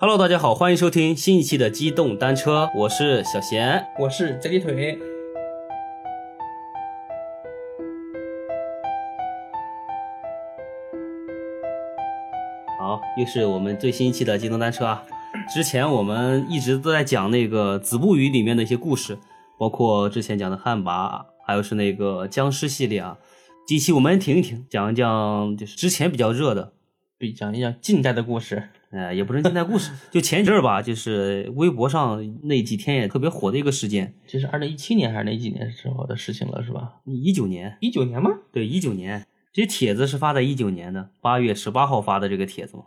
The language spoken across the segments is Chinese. Hello，大家好，欢迎收听新一期的机动单车，我是小贤。我是贼鸡腿，好，又是我们最新一期的机动单车啊。之前我们一直都在讲那个子不语里面的一些故事，包括之前讲的旱魃，还有是那个僵尸系列啊。这一期我们停一停，讲一讲就是之前比较热的，比讲一讲近代的故事。呃，也不是近代故事，就前一阵儿吧，就是微博上那几天也特别火的一个事件，这是二零一七年还是哪几年时候的事情了，是吧？一九年，一九年吗？对，一九年，这帖子是发在一九年的八月十八号发的这个帖子嘛。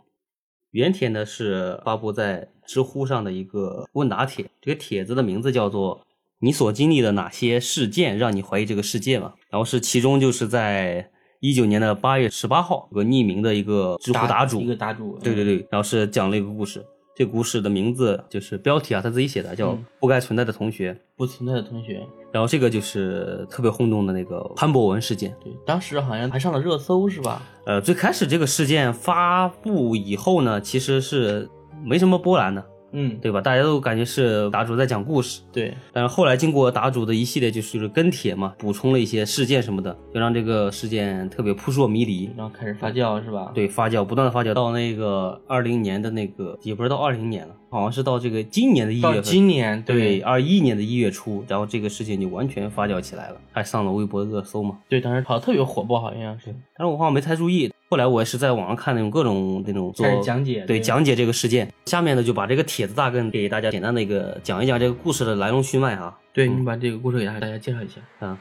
原帖呢是发布在知乎上的一个问答帖，这个帖子的名字叫做“你所经历的哪些事件让你怀疑这个世界”嘛。然后是其中就是在一九年的八月十八号，有个匿名的一个知乎答主，一个答主，嗯对对对，然后是讲了一个故事。这故事的名字就是标题啊，他自己写的，叫嗯“不该存在的同学嗯，不存在的同学。”。然后这个就是特别轰动的那个潘博文事件。对，当时好像还上了热搜，是吧？呃，最开始这个事件发布以后呢，其实是没什么波澜的，嗯，对吧？大家都感觉是答主在讲故事，对，但是后来经过答主的一系列就是跟帖嘛，补充了一些事件什么的，就让这个事件特别扑朔迷离，然后开始发酵，是吧？，对，发酵不断的发酵到那个二零年的那个，也不是到二零年了，好像是到这个今年的一月到份，今年，对，对二一年的一月初，然后这个事情就完全发酵起来了，还上了微博热搜嘛。对，当时好像特别火爆，好像是但是我好像没太注意。后来我也是在网上看那种各种那种做开始讲解，对讲解这个事件。下面呢，就把这个帖子大概给大家简单的一个讲一讲这个故事的来龙去脉啊。对，你把这个故事给大家介绍一下。啊，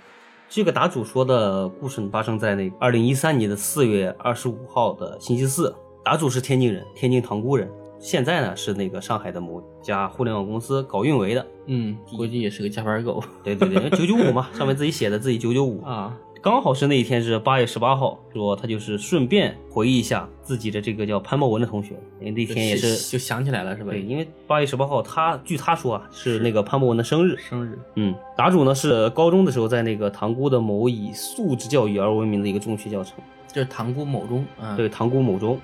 这个答主说的故事呢发生在那个二零一三年的四月二十五号的星期四。答主是天津人，天津塘沽人，现在呢是那个上海的某家互联网公司搞运维的。嗯，估计也是个加班狗对对对，九九五嘛，上面自己写的自己九九五 啊。刚好是那一天是八月十八号，说他就是顺便回忆一下自己的这个叫潘博文的同学，因为那天也是就想起来了，是吧？对，因为八月十八号他据他说啊是那个潘博文的生日，生日，嗯，答主呢是高中的时候在那个塘沽的某以素质教育而闻名的一个中学教程，就是塘沽某中啊。对，塘沽某中。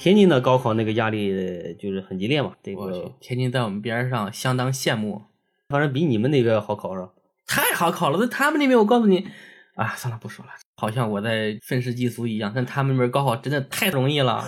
天津的高考那个压力呃就是很激烈嘛，这我去个，天津在我们边上，相当羡慕。反正比你们那边好考上。太好考了，在他们那边，我告诉你，啊，算了，不说了，好像我在愤世嫉俗一样，但他们那边高考真的太容易 了。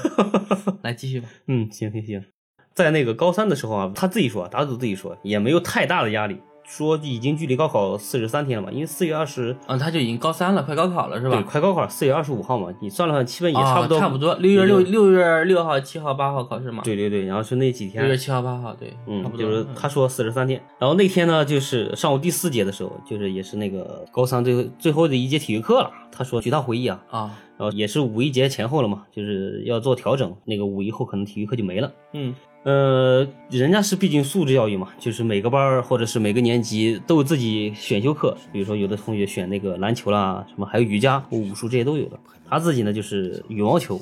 来继续吧，嗯，行行行，在那个高三的时候啊，他自己说，答主自己说也没有太大的压力，说已经距离高考四十三天了嘛，因为四月二十啊，他就已经高三了，快高考了是对，吧？快高考四月二十五号嘛，你算了算，基本也啊差不多，差不多，六月六六月六号、七号、八号考试嘛，对对对，然后是那几天六月七号、八号，对，差嗯不，多。就是他说四十三天，然后那天呢，就是上午第四节的时候，就是也是那个高三最后最后的一节体育课了。他说，据他回忆啊，嗯啊，然后也是五一节前后了嘛，就是要做调整，那个五一后可能体育课就没了。嗯，呃，人家是毕竟素质教育嘛，就是每个班儿或者是每个年级都有自己选修课，比如说有的同学选那个篮球啦，什么还有瑜伽、武术这些都有的。他自己呢就是羽毛球，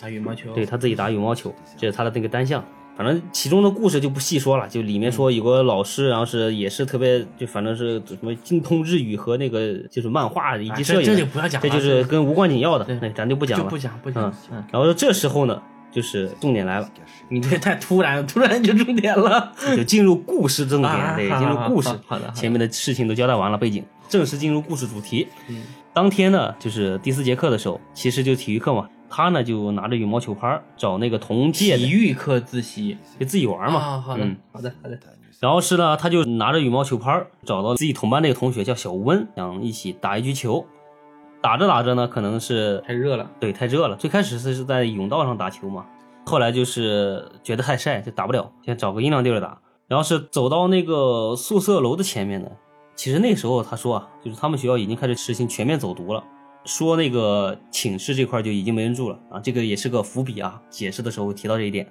打羽毛球，对他自己打羽毛球，这是他的那个单项。反正其中的故事就不细说了，就里面说有个老师，然后是也是特别，就反正是什么精通日语和那个就是漫画以啊，及摄这影这就的，不要讲这了，就是跟无关紧要的对，那咱就不讲就了不。讲不讲嗯，嗯，然后这时候呢，就是重点来了，你这太突然了，突然就重 点了。就进入故事重点，啊对，好进入好故事好好的好。的前面的事情都交代完了，背景正式进入故事主题。嗯当天呢，就是第四节课的时候，其实就体育课嘛，他呢就拿着羽毛球拍儿找那个同届体的，育课自习就自己玩儿嘛。啊，好的嗯好的好的，然后是呢，他就拿着羽毛球拍儿找到自己同班那个同学叫小温，想一起打一局球。打着打着呢，可能是太热了。对太热了，最开始是是在甬道上打球嘛，后来就是觉得太晒，就打不了，想找个阴凉地儿打。然后是走到那个宿舍楼的前面的，其实那时候他说啊，就是他们学校已经开始实行全面走读了。说那个寝室这块儿就已经没人住了啊，这个也是个伏笔啊。解释的时候提到这一点，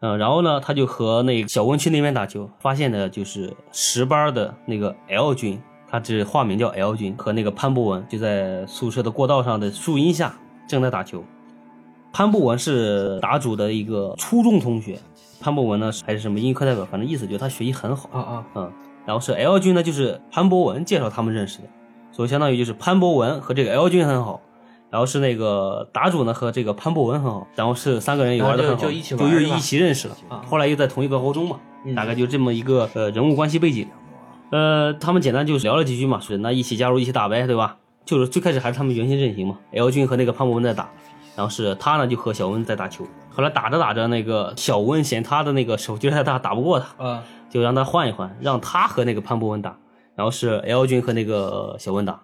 嗯，然后呢，他就和那个小温去那边打球，发现的就是十班的那个 L 君，他只化名叫 L 君，和那个潘博文就在宿舍的过道上的树荫下正在打球。潘博文是打主的一个初中同学，潘博文呢还是什么英语课代表，反正意思就是他学习很好。啊啊，嗯，然后是 L 君呢，就是潘博文介绍他们认识的，所以相当于就是潘博文和这个 L 君很好然后是那个打主呢和这个潘博文很好，然后是三个人也玩的然很后啊就好，就一起玩又是吧一起认识了啊，后来又在同一个高中嘛，嗯大概就这么一个呃人物关系背景。呃，他们简单就聊了几句嘛，是那一起加入一起打呗，对吧？就是最开始还是他们原先阵型嘛，L 君和那个潘博文在打，然后是他呢就和小温在打球，后来打着打着那个小温嫌他的那个手劲儿太大，打不过他，啊，就让他换一换，让他和那个潘博文打，然后是 L 君和那个呃小温打。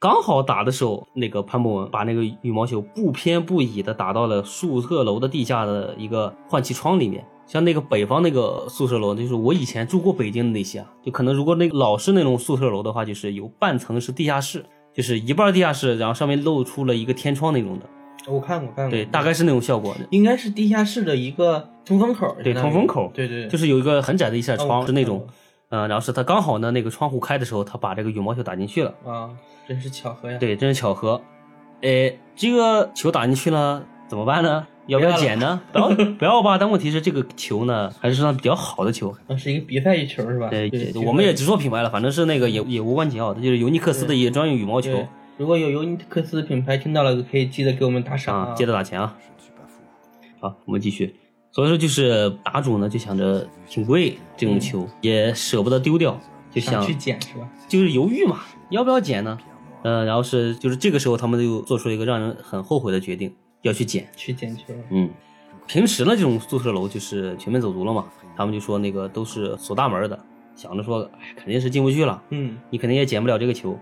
刚好打的时候，那个潘博文把那个羽毛球不偏不倚的打到了宿舍楼的地下的一个换气窗里面。像那个北方那个宿舍楼，就是我以前住过北京的那些啊，就可能如果那个老式那种宿舍楼的话，就是有半层是地下室，就是一半地下室，然后上面露出了一个天窗那种的，我看过看过，对，大概是那种效果。应该是地下室的一个通风口，对相当于通风口对对，对就是有一个很窄的一扇哦我窗，看是那种过，嗯、然后是他刚好呢，那个窗户开的时候，他把这个羽毛球打进去了，啊，真是巧合呀。，对，真是巧合。哎，这个球打进去了，怎么办呢？要不要捡 呢？不要不要吧。但问题是，这个球呢，还是算比较好的球。啊，是一个比赛一球是吧？对，对，也我们也只说品牌了，反正是那个也也无关紧要的，就是尤尼克斯的一个专业羽毛球对。如果有尤尼克斯品牌听到了，可以记得给我们打赏啊啊，。接着打钱啊。好，我们继续。所以说，就是打主呢就想着呃挺贵这种球，也舍不得丢掉，就嗯想去捡是吧？就是犹豫嘛，要不要捡呢？呃，然后是就是这个时候他们就做出了一个让人很后悔的决定，要去捡。去捡球，嗯，平时呢这种宿舍楼就是全面走读了嘛，他们就说那个都是锁大门的，想着说，哎，肯定是进不去了，嗯，你肯定也捡不了这个球。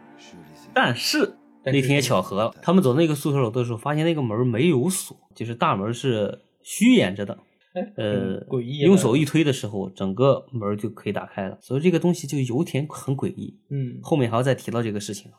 但是但是那天也巧合，他们走那个宿舍楼的时候，发现那个门没有锁，就是大门是虚掩着的。哎，呃很诡，异啊，用手一推的时候，整个门就可以打开了，所以这个东西就有点很诡异。嗯，后面还要再提到这个事情啊。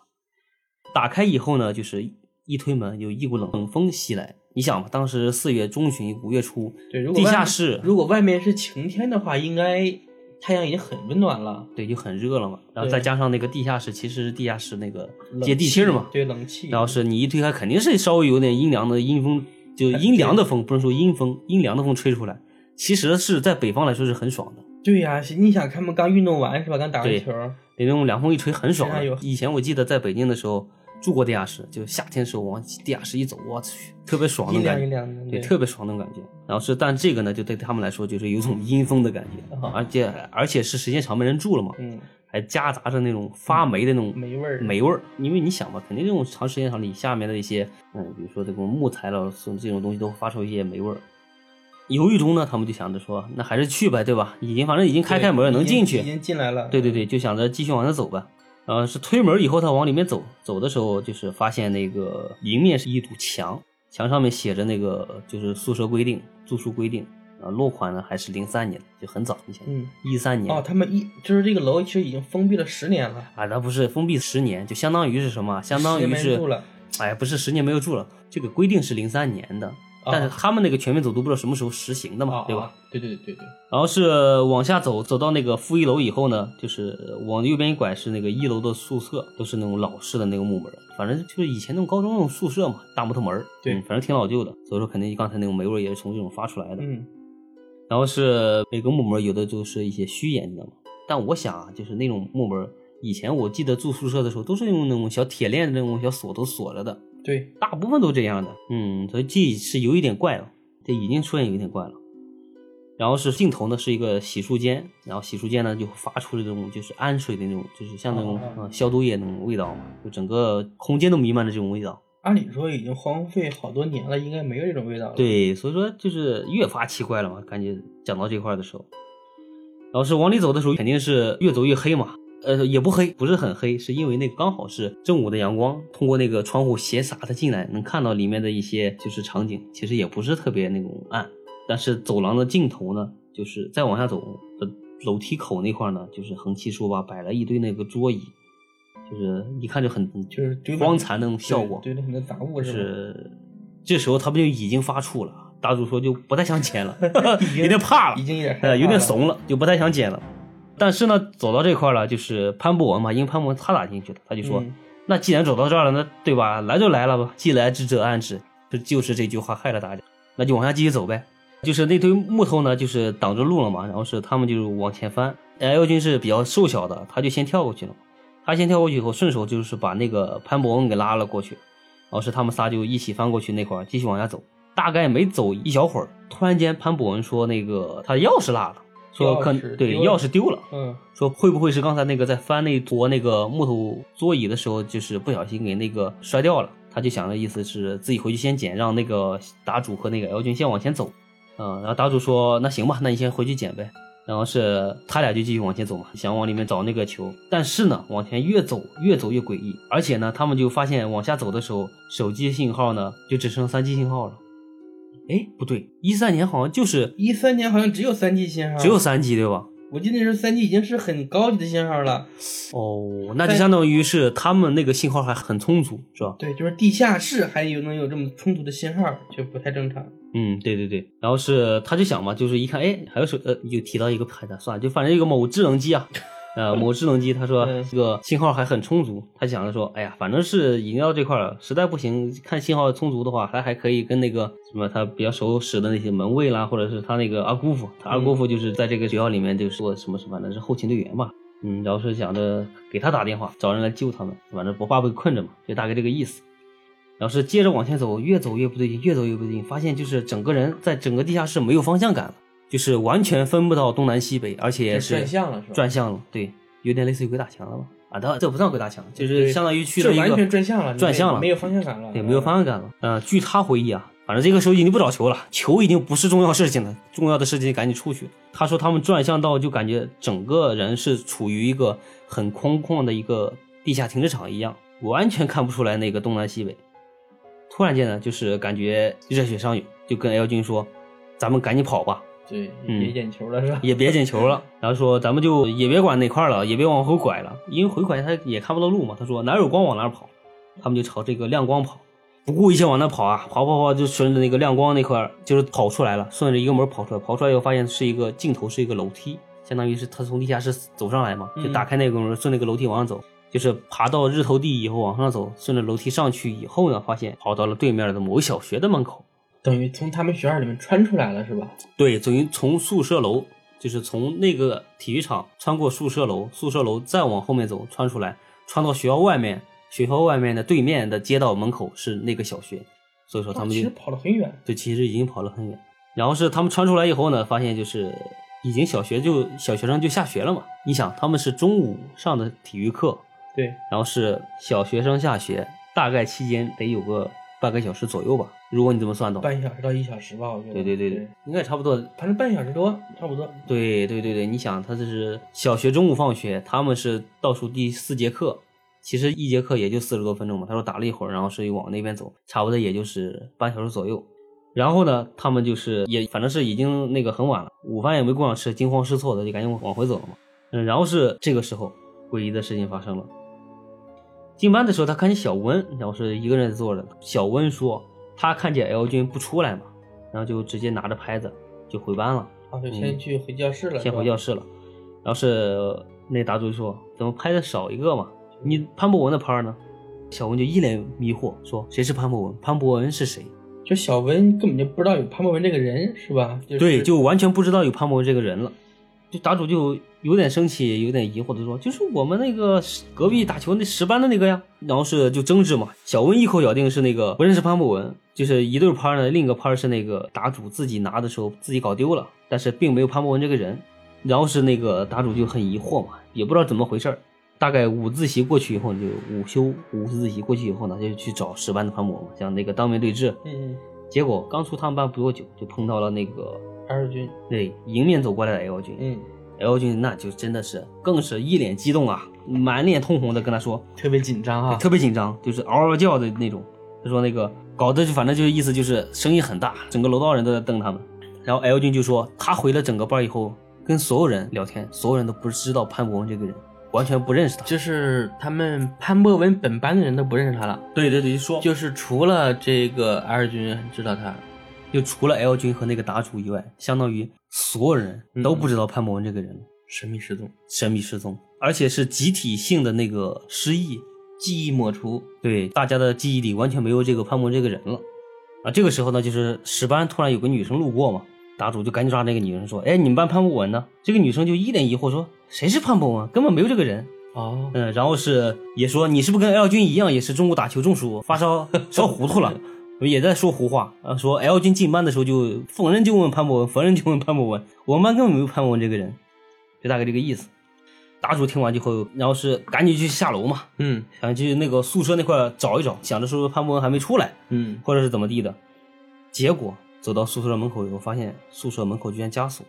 打开以后呢，就是一推门，有一股冷冷风袭来。你想吧，当时四月中旬、五月初，对，如果地外下面室如果外面是晴天的话，应该太阳已经很温暖了，对就很热了嘛，然后对再加上那个地下室，其实地下室那个冷接地气儿嘛，对，冷气。然后是你一推开，肯定是稍微有点阴凉的阴风，就哎阴凉的风，不能说阴风，阴凉的风吹出来，其实是在北方来说是很爽的。对呀、你想他们刚运动完是吧？刚打完对球，那种凉风一吹很爽身上有的。以前我记得在北京的时候住过地下室，就夏天的时候往地下室一走，我去，特别爽那一种感凉觉一。凉的，对，特别爽那种感觉。然后是，但这个呢，就对他们来说就是有种阴风的感觉，啊而且而且是时间长没人住了嘛，嗯，还夹杂着那种发霉的那种没味儿，霉味儿。因为你想吧，肯定这种长时间长，你下面的一些嗯，比如说这种木材了，这种这种东西都会发出一些霉味儿。犹豫中呢，他们就想着说，那还是去呗，对吧？已经反正已经开开门了，对能已经进已去。经进来了，对对对，就想着继续往下走吧。呃，是推门以后，他往里面走，走的时候就是发现那个迎面是一堵墙，墙上面写着那个呃就是宿舍规定、住宿规定啊，落款呢还是零三年，就很早以前，嗯，一三年、哦，他们一就是这个楼其实已经封闭了十年了，啊，那不是封闭十年，就相当于是什么啊？相当十于年没是住了，哎，不是十年没有住了，这个规定是零三年的，但是他们那个全面走读不知道什么时候实行的嘛，哦对吧？？哦对对对对对，然后是往下走，走到那个负一楼以后呢，就是往右边一拐是那个一楼的宿舍，都是那种老式的那个木门，反正就是以前那种高中那种宿舍嘛，大木头门儿对嗯反正挺老旧的，所以说肯定刚才那种霉味儿也是从这种发出来的。嗯，然后是每个木门有的就是一些虚掩的嘛，但我想啊，就是那种木门，以前我记得住宿舍的时候都是用那种小铁链的那种小锁都锁着的，对，大部分都这样的。嗯，所以这是有一点怪了，这已经出现有一点怪了。然后是镜头呢是一个洗漱间，然后洗漱间呢就发出了这种就是氨水的那种，就是像那种哦、呃、消毒液那种味道嘛，就整个空间都弥漫着这种味道。按理说已经荒废好多年了，应该没有这种味道了，，对，所以说就是越发奇怪了嘛。感觉讲到这块儿的时候，然后是往里走的时候，肯定是越走越黑嘛。呃，也不黑，不是很黑，是因为那个刚好是正午的阳光通过那个窗户斜洒的进来，能看到里面的一些就是场景，其实也不是特别那种暗。但是走廊的尽头呢，就是再往下走，呃楼梯口那块儿呢，就是横七竖八摆了一堆那个桌椅，就是一看就很就是堆满光残那种效果，堆了很多杂物就是吧？是这时候他们就已经发怵了，啊大主说就不太想捡了，有点怕了 已，经有点害怕呃，有点了，怂了，就不太想捡了。但是呢，走到这块儿了，就是潘博文嘛，因为潘博文他打进去的，他就说，嗯那既然走到这儿了，那对吧？来就来了吧，既来之则安之，就就是这句话害了大家，那就往下继续走呗。就是那堆木头呢，就是挡着路了嘛，然后是他们就往前翻。L 君是比较瘦小的，他就先跳过去了嘛。他先跳过去以后，顺手就是把那个潘博文给拉了过去。老师他们仨就一起翻过去那块儿继续往下走。大概没走一小会儿，突然间潘博文说那个他的钥匙落了，说可钥匙对丢了钥匙丢了，嗯，说会不会是刚才那个在翻那坨那个木头座椅的时候，就是不小心给那个摔掉了？他就想的意思是自己回去先捡，让那个打主和那个 L 君先往前走。嗯，然后打主说那行吧，那你先回去捡呗。然后是他俩就继续往前走嘛，想往里面找那个球，但是呢，往前越走越走越诡异，而且呢，他们就发现往下走的时候，手机信号呢就只剩三 G 信号了。哎，不对，一三年好像就是一三年好像只有三 G 信号，只有三 G 对吧？我记得那时候三 G 已经是很高级的信号了。哦，那就但相当于是他们那个信号还很充足，是吧？对，就是地下室还有能有这么充足的信号，就不太正常。嗯，对对对。然后是他就想嘛，就是一看，哎，还有手，呃，又提到一个牌子，算了，就反正一个某智能机啊，呃，某智能机，他说嗯这个信号还很充足，他想着说，哎呀，反正是已经到这块了，实在不行，看信号充足的话，他还可以跟那个什么他比较熟识的那些门卫啦，或者是他那个二姑父，他二姑父就是在这个学校里面就是做什么什么，反正是后勤队员嘛。嗯，然后是想着给他打电话，找人来救他们，反正不怕被困着嘛，就大概这个意思。然后是接着往前走，越走越不对劲，越走越不对劲，发现就是整个人在整个地下室没有方向感了，就是完全分不到东南西北，而且是就转向了是吧转向了，对，有点类似于鬼打墙了吧？啊，当然这不算鬼打墙，就是对相当于去这了一个完全转向了，转向了没没有方向感了，对，没有方向感了。呃，据他回忆啊，反正这个时候已经不找球了，球已经不是重要事情了，重要的事情赶紧出去。他说他们转向到就感觉整个人是处于一个很空旷的一个地下停车场一样，完全看不出来那个东南西北。突然间呢，就是感觉热血上涌，就跟 L 君说：“咱们赶紧跑吧，对，嗯别眼球了是吧？ 也别捡球了。”然后说：“咱们就也别管哪块了，也别往回拐了，因为回拐他也看不到路嘛。”他说：“哪有光往哪儿跑？”他们就朝这个亮光跑，不顾一切往那跑啊，跑跑跑，就顺着那个亮光那块儿，就是跑出来了，顺着一个门跑出来，跑出来以后发现是一个尽头是一个楼梯，相当于是他从地下室走上来嘛，嗯就打开那个门，顺着那个楼梯往上走，就是爬到日头地以后往上走，顺着楼梯上去以后呢，发现跑到了对面的某小学的门口，等于从他们学校里面穿出来了是吧？对，等于从宿舍楼，就是从那个体育场穿过宿舍楼，宿舍楼再往后面走，穿出来，穿到学校外面，学校外面的对面的街道门口是那个小学，所以说他们哦其就实跑了很远，对，其实已经跑了很远。然后是他们穿出来以后呢，发现就是已经小学就小学生就下学了嘛。你想，他们是中午上的体育课，对，然后是小学生下学，大概期间得有个半个小时左右吧，如果你这么算的话。半小时到一小时吧，我觉得。对对对对，应该差不多反正半小时多，差不多。对对对对，你想，他这是小学中午放学，他们是倒数第四节课，其实一节课也就四十多分钟嘛。他说打了一会儿，然后是往那边走，差不多也就是半小时左右。然后呢，他们就是也反正是已经那个很晚了，午饭也没顾上吃，惊慌失措的就赶紧往回走了嘛。嗯，然后是这个时候，诡异的事情发生了。进班的时候，他看见小温，然后是一个人坐着。小温说，他看见 L 君不出来嘛，然后就直接拿着拍子就回班了。啊，就先去回教室了。先回教室。室了。然后是那答主就说：“怎么拍的少一个嘛？你潘博文的拍儿呢？”小文就一脸迷惑，说：“谁是潘博文？潘博文是谁？就小文根本就不知道有潘博文这个人是吧？就是、对，就完全不知道有潘博文这个人了。”就答主就有点生气，有点疑惑的说：“就是我们那个隔壁打球那十班的那个呀。”然后是就争执嘛。小文一口咬定是那个不认识潘博文，就是一对拍儿呢，另一个拍儿是那个答主自己拿的时候自己搞丢了，但是并没有潘博文这个人。然后是那个答主就很疑惑嘛，也不知道怎么回事儿。大概午自习过去以后，就午休午自习过去以后呢，就去找十班的潘博文，想那个当面对质。嗯，结果刚出他们班不多久，就碰到了那个嗯二十军，对迎面走过来的 L 君。嗯， L 君那就真的是更是一脸激动啊，满脸通红的跟他说，特别紧张啊。特别紧张，就是嗷嗷叫的那种。他说那个搞得就反正就是意思就是声音很大，整个楼道人都在瞪他们。然后 L 君就说他回了整个班以后，跟所有人聊天，所有人都不知道潘博文这个人，完全不认识他。就是他们潘博文本班的人都不认识他了，对对对，就说就就是除了这个二军知道他，就除了 L 君和那个答主以外，相当于所有人都不知道潘博文这个人。神秘失踪，神秘失踪，而且是集体性的那个失忆，记忆抹除。对大家的记忆里完全没有这个潘博文这个人了。啊，这个时候呢，就是十班突然有个女生路过嘛，答主就赶紧抓那个女生说：“哎，你们班潘博文呢？”这个女生就一脸疑惑说：“谁是潘博文？根本没有这个人。”啊、哦，嗯，然后是也说你是不是跟 L 君一样，也是中午打球中暑发烧烧糊涂了，也在说胡话。啊，说 L 君进班的时候就逢人就问潘博文，逢人就问潘博文，我们班根本没有潘博文这个人，就大概这个意思。大柱听完之后，然后是赶紧去下楼嘛，嗯想去那个宿舍那块找一找，想着是不是潘博文还没出来，嗯，或者是怎么地的。结果走到宿舍门口以后，发现宿舍门口居然加锁，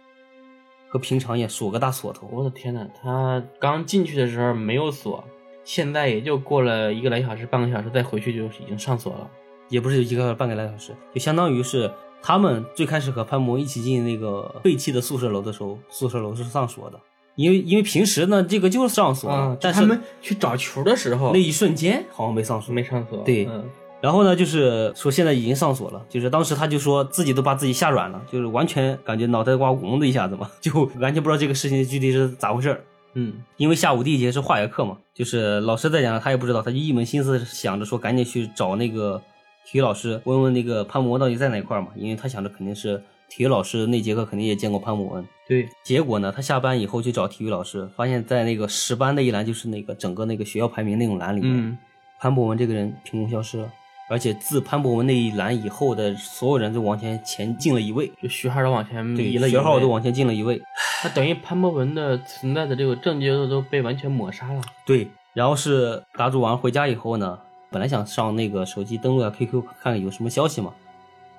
和平常也锁个大锁头。我的天呐，他刚进去的时候没有锁，现在也就过了一个来小时、半个小时，再回去就已经上锁了。也不是一个半个来小时，就相当于是他们最开始和潘博一起进那个废弃的宿舍楼的时候，宿舍楼是上锁的，因为因为平时呢这个就是上锁的，啊，但他是们去找球的时候那一瞬间好像没上锁。没上锁。对嗯然后呢，就是说现在已经上锁了，就是当时他就说自己都把自己吓软了，就是完全感觉脑袋瓜嗡的一下子嘛，就完全不知道这个事情具体是咋回事儿。嗯因为下午第一节是化学课嘛，就是老师在讲，他也不知道，他就一门心思想着说赶紧去找那个体育老师，问问那个潘博文到底在哪块儿嘛，因为他想着肯定是体育老师那节课肯定也见过潘博文。对，结果呢，他下班以后去找体育老师，发现在那个十班的一栏，就是那个整个那个学校排名那种栏里面，嗯潘博文这个人凭空消失了。而且自潘博文那一栏以后的所有人都往前前进了一位，就徐浩都往前对移了，一学号位都往前进了一位，他等于潘博文的存在的这个证据都都被完全抹杀了。对，然后是打主完回家以后呢，本来想上那个手机登录下 QQ 看看有什么消息嘛，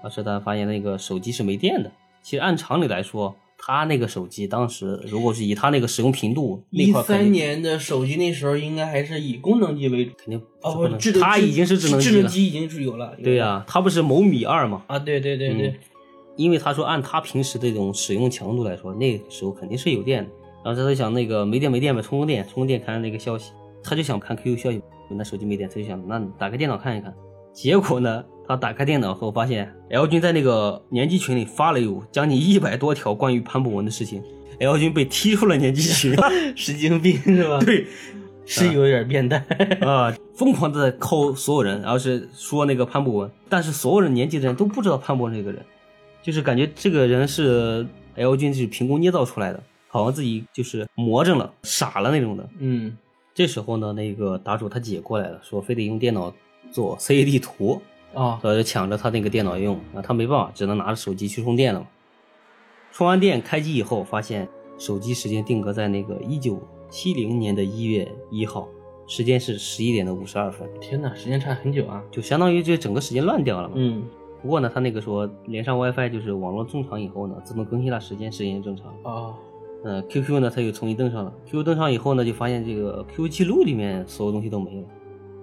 但是他发现那个手机是没电的。其实按常理来说，他那个手机当时如果是以他那个使用频度那一块肯三定年的手机那时候应该还是以功能机为主，肯定哦是不能，智能他机已经是智能智机能了，机已经是有了。有对呀、了他不是某米二嘛，啊，对对对对，因为他说按他平时这种使用强度来说，那个时候肯定是有电的。然后他就想那个没电没电呗，充个电，充个电看看那个消息。他就想看 QQ 消息，那手机没电，他就想那打开电脑看一看。结果呢，他打开电脑后发现 L 君在那个年级群里发了有将近一百多条关于潘博文的事情，L 君被踢出了年级群，嗯神经病是吧？对，是有点变 态。啊，疯狂的扣所有人，然后是说那个潘博文，但是所有人年纪的人都不知道潘博文这个人，就是感觉这个人是 L 君是凭空捏造出来的，好像自己就是魔怔了、傻了那种的。嗯，这时候呢，那个答主他姐过来了，说非得用电脑做 CAD 图，哦，他就抢着他那个电脑用啊，他没办法，只能拿着手机去充电了嘛。充完电开机以后，发现手机时间定格在那个一九七零年的一月一号，时间是十一点的五十二分，天哪，时间差很久啊。就相当于这整个时间乱掉了嘛。嗯，不过呢，他那个说连上 WiFi 就是网络正常以后呢，自动更新了时间，时间就正常了。哦，呃，QQ 呢，它又重新登上了。QQ 登上以后呢，就发现这个 QQ 记录里面所有东西都没了，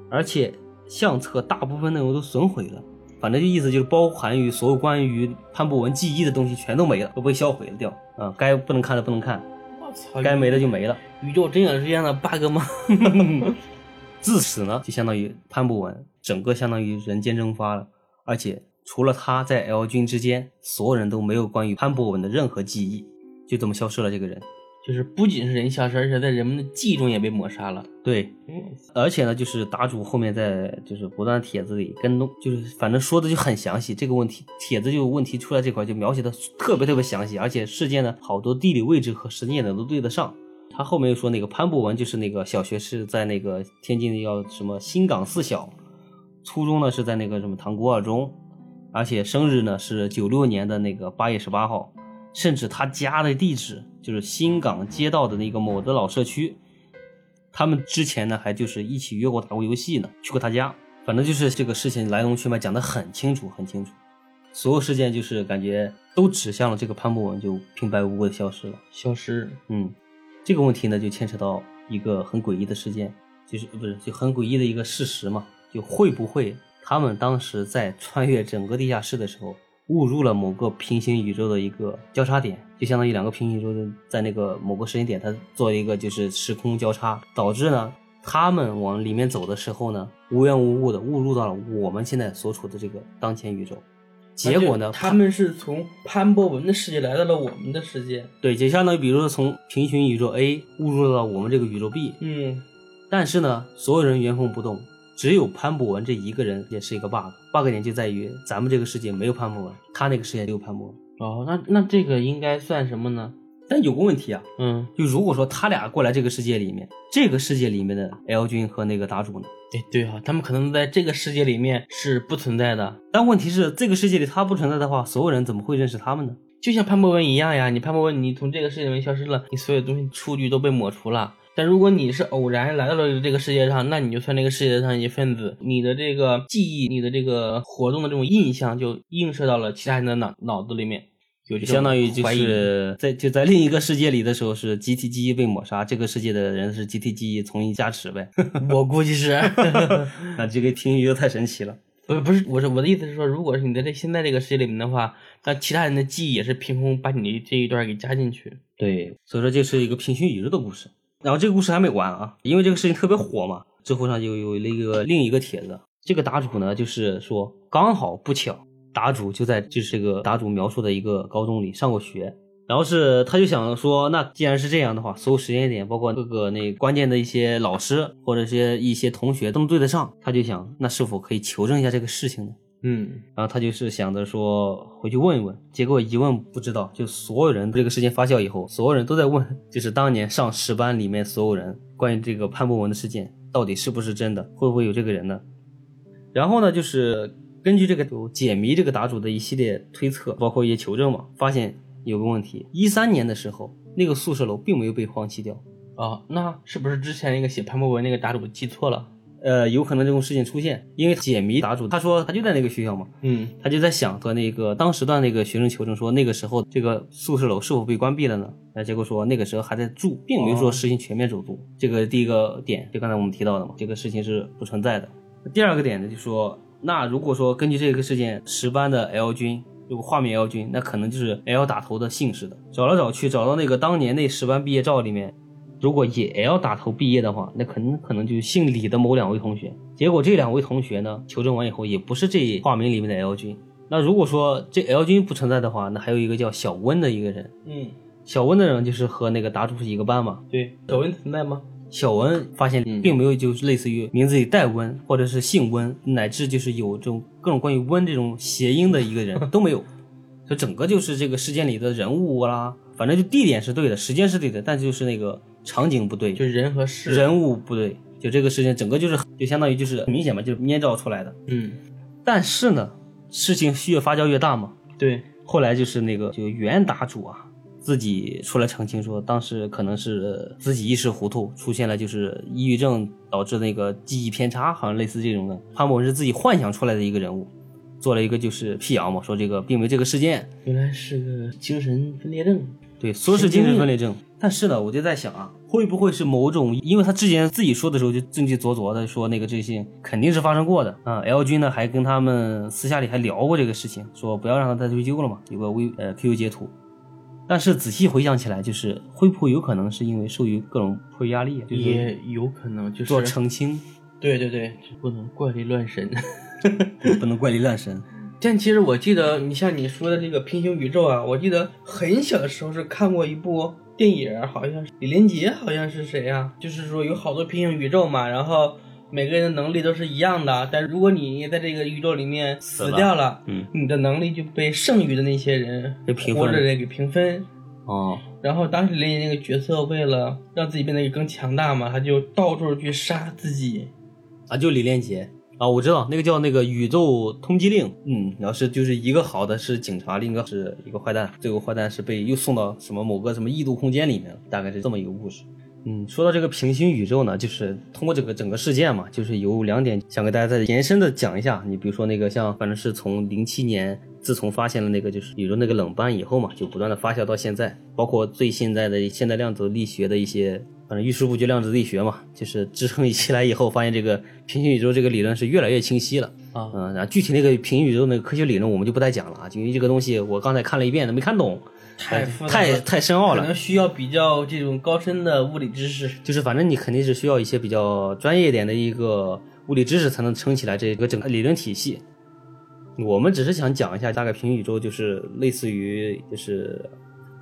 而且相册大部分内容都损毁了。反正就意思就是包含于所有关于潘博文记忆的东西全都没了，都被销毁了掉。啊、该不能看的不能看，我操，该没的就没了。宇宙真有这样的 bug 吗？自此呢，就相当于潘博文整个相当于人间蒸发了，而且除了他在 L 军之间，所有人都没有关于潘博文的任何记忆，就这么消失了这个人。就是不仅是人消失，而且在人们的记忆中也被抹杀了。对，嗯而且呢，就是答主后面在就是不断帖子里跟踪，就是反正说的就很详细。这个问题帖子就问题出来这块就描写的特别特别详细，而且事件呢好多地理位置和时间点都对得上。他后面又说那个潘博文就是那个小学是在那个天津的叫什么新港四小，初中呢是在那个什么塘沽二中，而且生日呢是九六年的那个八月十八号，甚至他家的地址就是新港街道的那个某的老社区。他们之前呢还就是一起约过打过游戏呢，去过他家，反正就是这个事情来龙去脉讲得很清楚很清楚，所有事件就是感觉都指向了这个潘博文就平白无故的消失了。消失，嗯，这个问题呢就牵扯到一个很诡异的事件，就是不是就很诡异的一个事实嘛，就会不会他们当时在穿越整个地下室的时候，误入了某个平行宇宙的一个交叉点，就相当于两个平行宇宙的在那个某个时间点，它做一个就是时空交叉，导致呢。他们往里面走的时候呢，无缘无故的误入到了我们现在所处的这个当前宇宙，结果呢，他们是从潘博文的世界来到了我们的世界。对，就相当于比如说从平行宇宙 A 误入到我们这个宇宙 B，嗯，但是呢，所有人原封不动，只有潘博文这一个人也是一个 bug。bug 点就在于咱们这个世界没有潘博文，他那个世界也有潘博文。哦，那那这个应该算什么呢？但有个问题啊，嗯，就如果说他俩过来这个世界里面，这个世界里面的 L 君和那个答主呢？对对啊，他们可能在这个世界里面是不存在的，但问题是，这个世界里他不存在的话，所有人怎么会认识他们呢？就像潘博文一样呀，你潘博文，你从这个世界里面消失了，你所有东西数据都被抹除了。但如果你是偶然来到了这个世界上，那你就算这个世界上一份子，你的这个记忆，你的这个活动的这种印象，就映射到了其他人的脑脑子里面，有这种相当于就怀疑 是在就在另一个世界里的时候是集体记忆被抹杀，这个世界的人是集体记忆重新加持呗。 我估计是， 那这个听鱼就太神奇了。不不是，我是我的意思是说，如果是你在这现在这个世界里面的话，那其他人的记忆也是凭空把你这一段给加进去。对，所以说这是一个平行宇宙的故事。然后这个故事还没完啊，因为这个事情特别火嘛，知乎上就有了一个另一个帖子。这个答主呢，就是说刚好不巧，答主就在就是这个答主描述的一个高中里上过学。然后是他就想说，那既然是这样的话，所有时间点，包括各个那关键的一些老师或者是一些同学都能对得上，他就想，那是否可以求证一下这个事情呢？嗯，然后他就是想着说回去问一问，结果一问不知道，就所有人这个事件发酵以后，所有人都在问， 就是当年上十班里面所有人关于这个潘博文的事件到底是不是真的，会不会有这个人呢？然后呢，就是根据这个解谜这个答主的一系列推测，包括一些求证嘛，发现有个问题：一三年的时候，那个宿舍楼并没有被荒弃掉，哦，那是不是之前那个写潘博文那个答主记错了？呃，有可能这种事情出现，因为解谜答主他说他就在那个学校嘛，嗯，他就在想和那个当时的那个学生求证说，那个时候这个宿舍楼是否被关闭了呢？那结果说那个时候还在住，并没有说实行全面走读。这个第一个点，就刚才我们提到的嘛，这个事情是不存在的。第二个点呢，就说那如果说根据这个事件，十班的 L 君。如果化名 L 君，那可能就是 L 打头的姓氏的。找来找去，找到那个当年那十班毕业照里面，如果以 L 打头毕业的话，那可能可能就是姓李的某两位同学。结果这两位同学呢，求证完以后也不是这化名里面的 L 君。那如果说这 L 君不存在的话，那还有一个叫小温的一个人。嗯，小温的人就是和那个答主是一个班嘛。对，抖音存在吗？小温发现嗯并没有就是类似于名字里带温或者是姓温，乃至就是有这种各种关于温这种谐音的一个人都没有。所以整个就是这个事件里的人物啦，反正就地点是对的，时间是对的，但就是那个场景不对，就人和事。，人物不对，就这个事情整个就是就相当于就是很明显嘛，就是捏造出来的。嗯，但是呢，事情越发酵越大嘛，对，后来就是那个就袁答主啊，自己出来澄清说，当时可能是自己一时糊涂，出现了就是抑郁症导致那个记忆偏差，好像类似这种的。潘某是自己幻想出来的一个人物，做了一个就是辟谣嘛，说这个并没这个事件，原来是个精神分裂症。对，说是精神分裂症，但是呢，我就在想啊，会不会是某种？因为他之前自己说的时候就正气佐佐的说那个这些肯定是发生过的啊。L 君呢还跟他们私下里还聊过这个事情，说不要让他再追究了嘛，有个微呃 QQ 截图。但是仔细回想起来，就是会不会有可能是因为受于各种迫于压力，就是也有可能就是做澄 清，对对对，不能怪力乱神。 不能怪力乱神。但其实我记得，你像你说的这个平行宇宙啊，我记得很小的时候是看过一部电影儿，好像是李连杰，好像是谁啊？就是说有好多平行宇宙嘛，然后每个人的能力都是一样的，但如果你在这个宇宙里面死掉了，嗯，你的能力就被剩余的那些人被平分活着人给平分。哦，然后当时李连杰那个角色为了让自己变得更强大嘛，他就到处去杀自己。啊，就李连杰啊，我知道那个叫那个宇宙通缉令。嗯，然后是就是一个好的是警察，另一个是一个坏蛋，这个坏蛋是被又送到什么某个什么异度空间里面了，大概是这么一个故事。嗯，说到这个平行宇宙呢，就是通过这个整个事件嘛，就是有两点想给大家再延伸的讲一下。你比如说那个像，反正是从零七年，自从发现了那个就是宇宙那个冷斑以后嘛，就不断的发酵到现在，包括最现在的现代量子力学的一些，反正遇事不决量子力学嘛，就是支撑起来以后，发现这个平行宇宙这个理论是越来越清晰了。啊嗯，然后具体那个平行宇宙那个科学理论我们就不再讲了啊，因为这个东西我刚才看了一遍都没看懂，太复杂太了太深奥可了。能需要比较这种高深的物理知识。就是反正你肯定是需要一些比较专业一点的一个物理知识才能撑起来这个整个理论体系。我们只是想讲一下大概平行宇宙，就是类似于就是。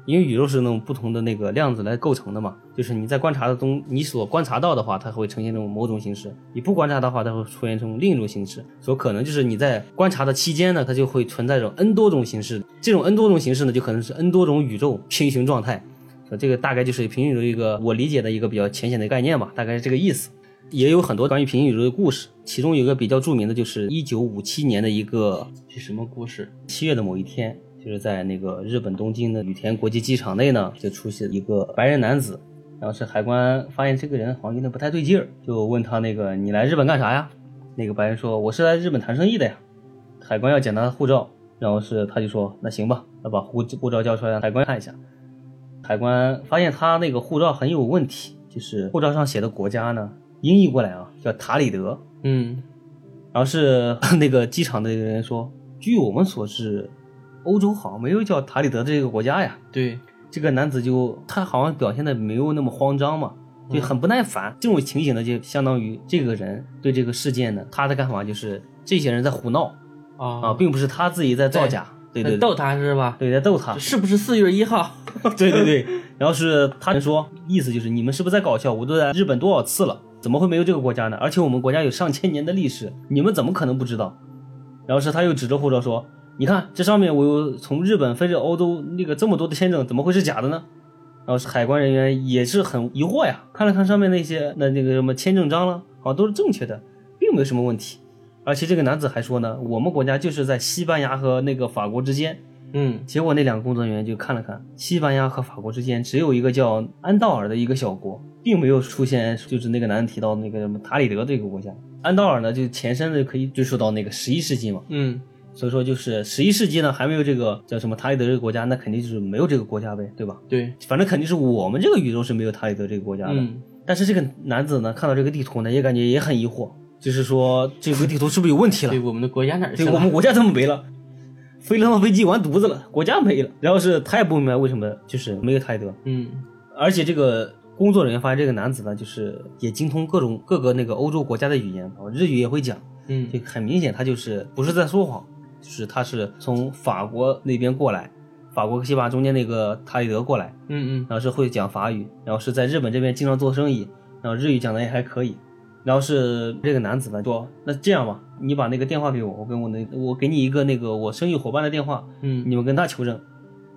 因为宇宙是那种不同的那个量子来构成的嘛，就是你在观察的中，你所观察到的话，它会呈现这种某种形式；你不观察的话，它会出现这种另一种形式。所可能就是你在观察的期间呢，它就会存在着 n 多种形式，这种 n 多种形式呢，就可能是 n 多种宇宙平行状态。呃这个大概就是平行宇宙一个我理解的一个比较浅显的概念吧，大概是这个意思。也有很多关于平行宇宙的故事，其中有一个比较著名的就是一九五七年的一个这什么故事？七月的某一天，就是在那个日本东京的羽田国际机场内呢，就出现一个白人男子，然后是海关发现这个人好像有点不太对劲儿，就问他那个你来日本干啥呀？那个白人说我是来日本谈生意的呀。海关要检查他的护照，然后是他就说那行吧，那把护护照交出来让海关看一下。海关发现他那个护照很有问题，就是护照上写的国家呢，音译过来啊叫塔里德，嗯，然后是 那个机场的人说，据我们所知，欧洲好像没有叫塔里德这个国家呀。对，这个男子就他好像表现的没有那么慌张嘛，就很不耐烦。这种情形呢，就相当于这个人对这个事件呢，他的看法就是这些人在胡闹啊，啊，并不是他自己在造假，对对对，逗他是吧？对在逗他，是不是四月一号？ 对对对。然后是他人说，意思就是你们是不是在搞笑？我都在日本多少次了，怎么会没有这个国家呢？而且我们国家有上千年的历史，你们怎么可能不知道？然后是他又指着护照说：“你看这上面我有从日本飞至欧洲那个这么多的签证，怎么会是假的呢？”然后是海关人员也是很疑惑呀，看了看上面那些那那个什么签证章了，好像都是正确的，并没有什么问题。而且这个男子还说呢，我们国家就是在西班牙和那个法国之间，嗯，结果那两个工作人员就看了看，西班牙和法国之间只有一个叫安道尔的一个小国，并没有出现就是那个男的提到的那个什么塔里德这个国家。安道尔呢，就前身呢可以追溯到那个十一世纪嘛，嗯，所以说就是十一世纪呢还没有这个叫什么塔里德这个国家，那肯定就是没有这个国家呗，对吧？对，反正肯定是我们这个宇宙是没有塔里德这个国家的。嗯，但是这个男子呢看到这个地图呢，也感觉也很疑惑，就是说这个地图是不是有问题了对，？我们的国家哪儿去对我了？们国家怎么没了？飞了趟飞机完犊子了，国家没了。然后是他也不明白为什么就是没有泰德，嗯，而且这个工作人员发现这个男子呢，就是也精通各种各个那个欧洲国家的语言，啊日语也会讲，嗯就，很明显他就是不是在说谎，就是他是从法国那边过来，法国和西班牙中间那个塔里德过来，嗯嗯，然后是会讲法语，然后是在日本这边经常做生意，然后日语讲的也还可以。然后是这个男子呢说，那这样吧，你把那个电话给我，我跟我那我给你一个那个我生意伙伴的电话，嗯，你们跟他求证。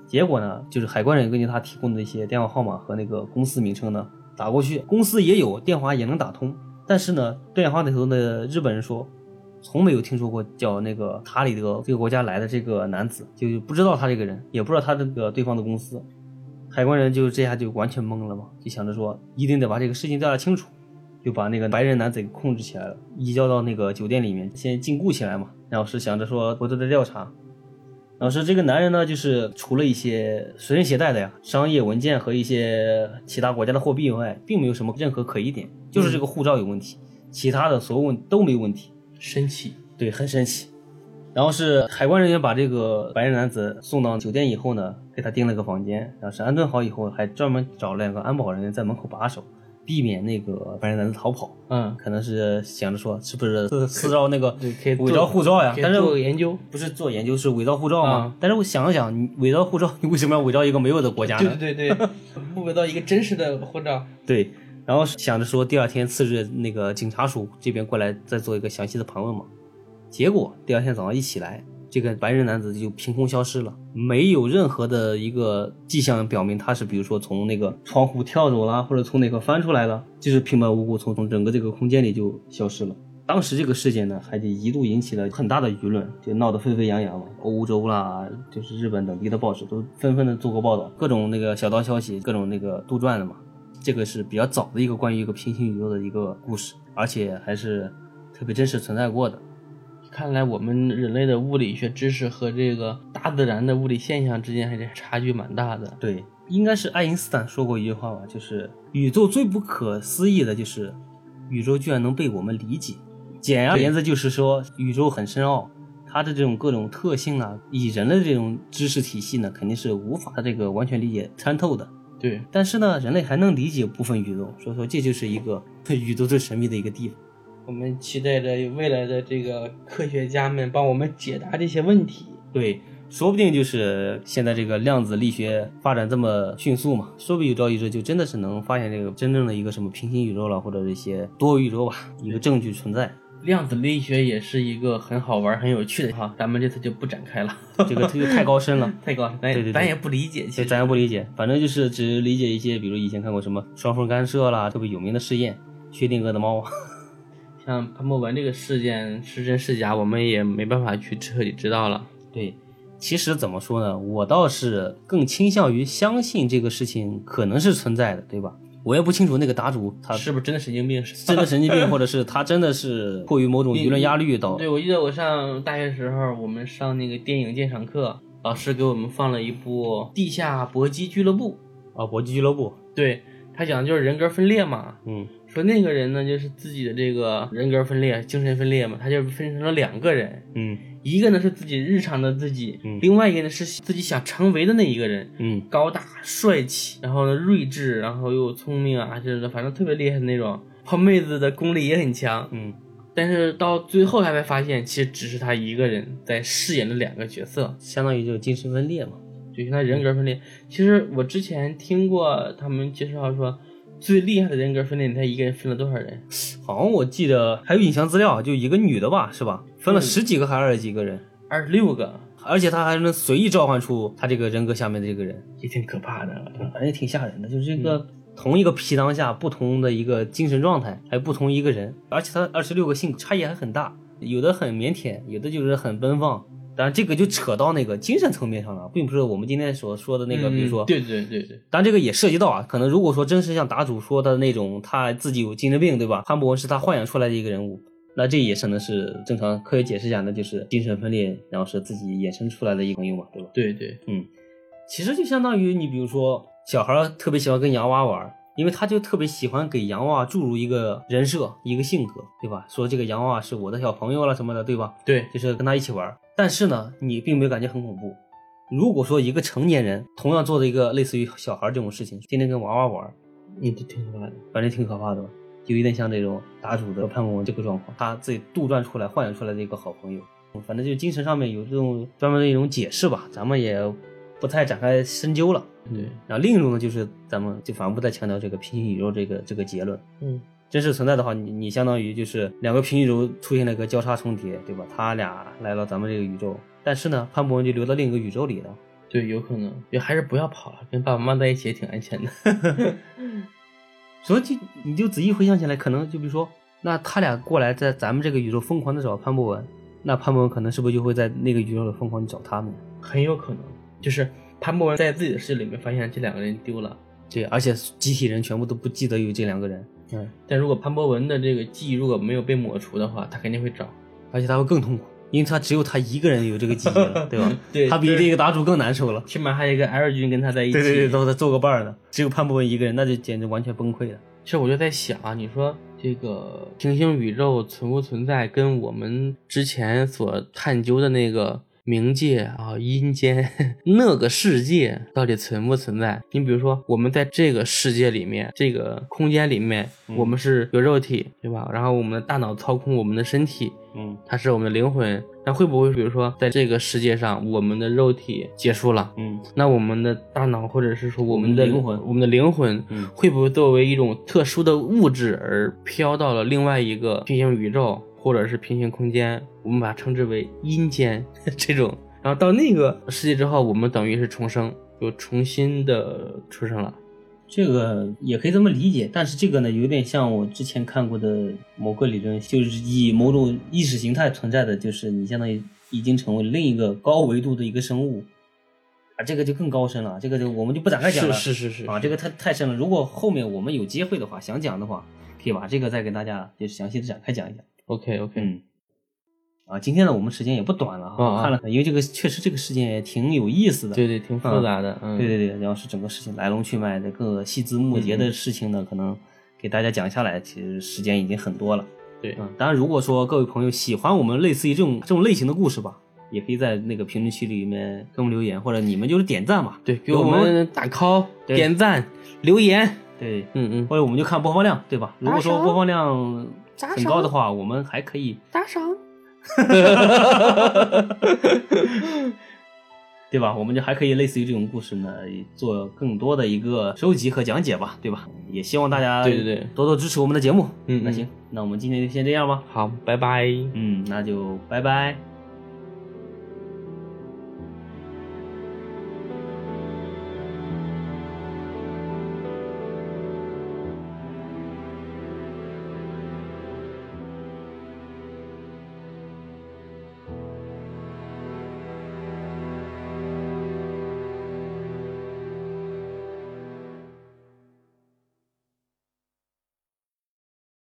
结果呢，就是海关人根据他提供的一些电话号码和那个公司名称呢打过去，公司也有电话也能打通，但是呢，电话那头的日本人说，从没有听说过叫那个塔里德这个国家来的这个男子，就不知道他这个人，也不知道他这个对方的公司。海关人就这下就完全懵了嘛，就想着说一定得把这个事情调查清楚，就把那个白人男子给控制起来了，移交到那个酒店里面先禁锢起来嘛。然后是想着说回头再调查。然后是这个男人呢，就是除了一些随身携带的呀商业文件和一些其他国家的货币以外，并没有什么任何可疑点，就是嗯这个护照有问题，其他的所有问都没问题。神奇，对，很神奇。然后是海关人员把这个白人男子送到酒店以后呢，给他订了个房间，然后是安顿好以后，还专门找了两个安保人员在门口把守，避免那个白人男子逃跑。嗯，可能是想着说，是不是私私造那个对，可以伪造护照呀？可以但是做个研究。不是做研究是伪造护照吗？啊但是我想了想，你伪造护照，你为什么要伪造一个没有的国家呢？对对对 对，不伪造一个真实的护照。对，然后想着说第二天次日那个警察署这边过来再做一个详细的盘问嘛。结果第二天早上一起来，这个白人男子就凭空消失了，没有任何的一个迹象表明他是比如说从那个窗户跳走啦，或者从哪个翻出来了，就是平白无故从从整个这个空间里就消失了。当时这个事件呢，还得一度引起了很大的舆论，就闹得沸沸扬扬嘛。欧洲啦，就是日本等地的报纸都纷纷的做过报道，各种那个小道消息，各种那个杜撰的嘛。这个是比较早的一个关于一个平行宇宙的一个故事，而且还是特别真实存在过的。看来我们人类的物理学知识和这个大自然的物理现象之间还是差距蛮大的。对，应该是爱因斯坦说过一句话吧，就是宇宙最不可思议的就是宇宙居然能被我们理解。简而言之，就是说宇宙很深奥，它的这种各种特性啊，以人类这种知识体系呢，肯定是无法这个完全理解参透的。对，但是呢，人类还能理解部分宇宙，所以说这就是一个 宇宙最神秘的一个地方。我们期待着未来的这个科学家们帮我们解答这些问题。对，说不定就是现在这个量子力学发展这么迅速嘛，说不定有朝一日就真的是能发现这个真正的一个什么平行宇宙了，或者一些多宇宙吧，一个证据存在。量子力学也是一个很好玩、很有趣的哈， 咱们这次就不展开了，这 个这个太高深了。哎太高了，咱也对对对咱也不理解，其对，实咱也不理解，反正就是只理解一些，比如以前看过什么双缝干涉啦，特别有名的试验，薛定谔的猫啊， 像潘博文这个事件是真是假，我们也没办法去彻底知道了。对，其实怎么说呢，我倒是更倾向于相信这个事情可能是存在的，对吧？我也不清楚那个答主他是不是真的神经病？真的神经病，或者是他真的是迫于某种舆论压力导嗯对，我记得我上大学时候，我们上那个电影鉴赏课，老师给我们放了一部《地下搏击俱乐部》。啊搏击俱乐部，对他讲的就是人格分裂嘛，嗯说那个人呢就是自己的这个人格分裂、精神分裂嘛，他就分成了两个人，嗯一个呢是自己日常的自己，嗯另外一个呢是自己想成为的那一个人，嗯高大帅气，然后呢睿智，然后又聪明啊，就是反正特别厉害的那种。泡妹子的功力也很强，嗯但是到最后他才发现，其实只是他一个人在饰演了两个角色。相当于就是精神分裂嘛，就像他人格分裂。其实我之前听过他们介绍说，最厉害的人格分裂，你猜一个人分了多少人？好像我记得还有影像资料，就一个女的吧，是吧？分了嗯十几个还是二十几个人，二十六个，而且她还能随意召唤出她这个人格下面的这个人，也挺可怕的。反正也挺吓人的，就是这个。同一个皮囊下，不同的一个精神状态，还有不同一个人，而且他二十六个性格差异还很大，有的很腼腆，有的就是很奔放。当然，这个就扯到那个精神层面上了，并不是我们今天所说的那个，比如说嗯对对对对，当然，这个也涉及到啊，可能如果说真是像答主说的那种，他自己有精神病，对吧？潘博文是他幻想出来的一个人物，那这也可能是正常科学解释下，那就是精神分裂，然后是自己衍生出来的一个朋友嘛，对吧？对对，其实就相当于你比如说，小孩儿特别喜欢跟洋娃玩，因为他就特别喜欢给洋娃注入一个人设、一个性格，对吧？说这个洋娃是我的小朋友了什么的，对吧？对，就是跟他一起玩儿。但是呢，你并没有感觉很恐怖。如果说一个成年人同样做的一个类似于小孩儿这种事情，天天跟娃娃玩儿，你这挺可怕的。反正挺可怕的吧，就有点像这种打主的潘博文这个状况，他自己杜撰出来、幻想出来的一个好朋友，反正就精神上面有这种专门的一种解释吧，咱们也不太展开深究了。对，然后另一种呢，就是咱们就反复在强调这个平行宇宙这个这个结论，嗯，真实存在的话，你你相当于就是两个平行宇宙出现了一个交叉重叠，对吧？他俩来到咱们这个宇宙，但是呢，潘博文就留到另一个宇宙里了。对，有可能，也还是不要跑了，跟爸爸妈妈在一起也挺安全的。所以就你就仔细回想起来，可能就比如说，那他俩过来在咱们这个宇宙疯狂的找潘博文，那潘博文可能是不是就会在那个宇宙里疯狂地找他们？很有可能，就是潘博文在自己的世界里面发现这两个人丢了。对，而且集体人全部都不记得有这两个人，嗯，但如果潘博文的这个记忆如果没有被抹除的话，他肯定会找。而且他会更痛苦，因为他只有他一个人有这个记忆了， 对吧？对他比对这个答主更难受了。起码还有一个 L 君跟他在一起。对对对，都在做个伴儿呢，只有潘博文一个人，那就简直完全崩溃了。其实我就在想啊，你说这个平行宇宙存不存在，跟我们之前所探究的那个冥界啊、阴间 那个世界到底存不存在？你比如说，我们在这个世界里面，这个空间里面，嗯我们是有肉体，对吧？然后我们的大脑操控我们的身体，嗯它是我们的灵魂。那会不会，比如说，在这个世界上，我们的肉体结束了，嗯那我们的大脑或者是说我们我们的的灵魂我们的灵魂嗯会不会作为一种特殊的物质而飘到了另外一个平行宇宙或者是平行空间？我们把它称之为阴间 这种。然后到那个世界之后，我们等于是重生，又重新的出生了。这个也可以这么理解，但是这个呢，有点像我之前看过的某个理论，就是以某种意识形态存在的，就是你相当于已经成为另一个高维度的一个生物，啊，这个就更高深了，这个就我们就不展开讲是了，是是是啊，这个太太深了。如果后面我们有机会的话，想讲的话，可以把这个再跟大家就是详细的展开讲一讲。 OK OK，、嗯，啊，今天呢，我们时间也不短了啊，啊啊我看了，因为这个确实这个事件也挺有意思的，对对，挺复杂的，嗯，对对对，然后是整个事情来龙去脉的各个细枝末节的事情呢，可能给大家讲下来，其实时间已经很多了。对嗯，当然如果说各位朋友喜欢我们类似于这种这种类型的故事吧，也可以在那个评论区里面给我们留言，或者你们就是点赞吧。对，给我我们们打 call、对点赞、留言，对，嗯嗯，或者我们就看播放量，对吧？如果说打赏播放量打赏很高的话，我们还可以打赏。对吧？我们就还可以类似于这种故事呢，做更多的一个收集和讲解吧，对吧？也希望大家对对对多多支持我们的节目。嗯那行，那我们今天就先这样吧。好，拜拜。嗯，那就拜拜。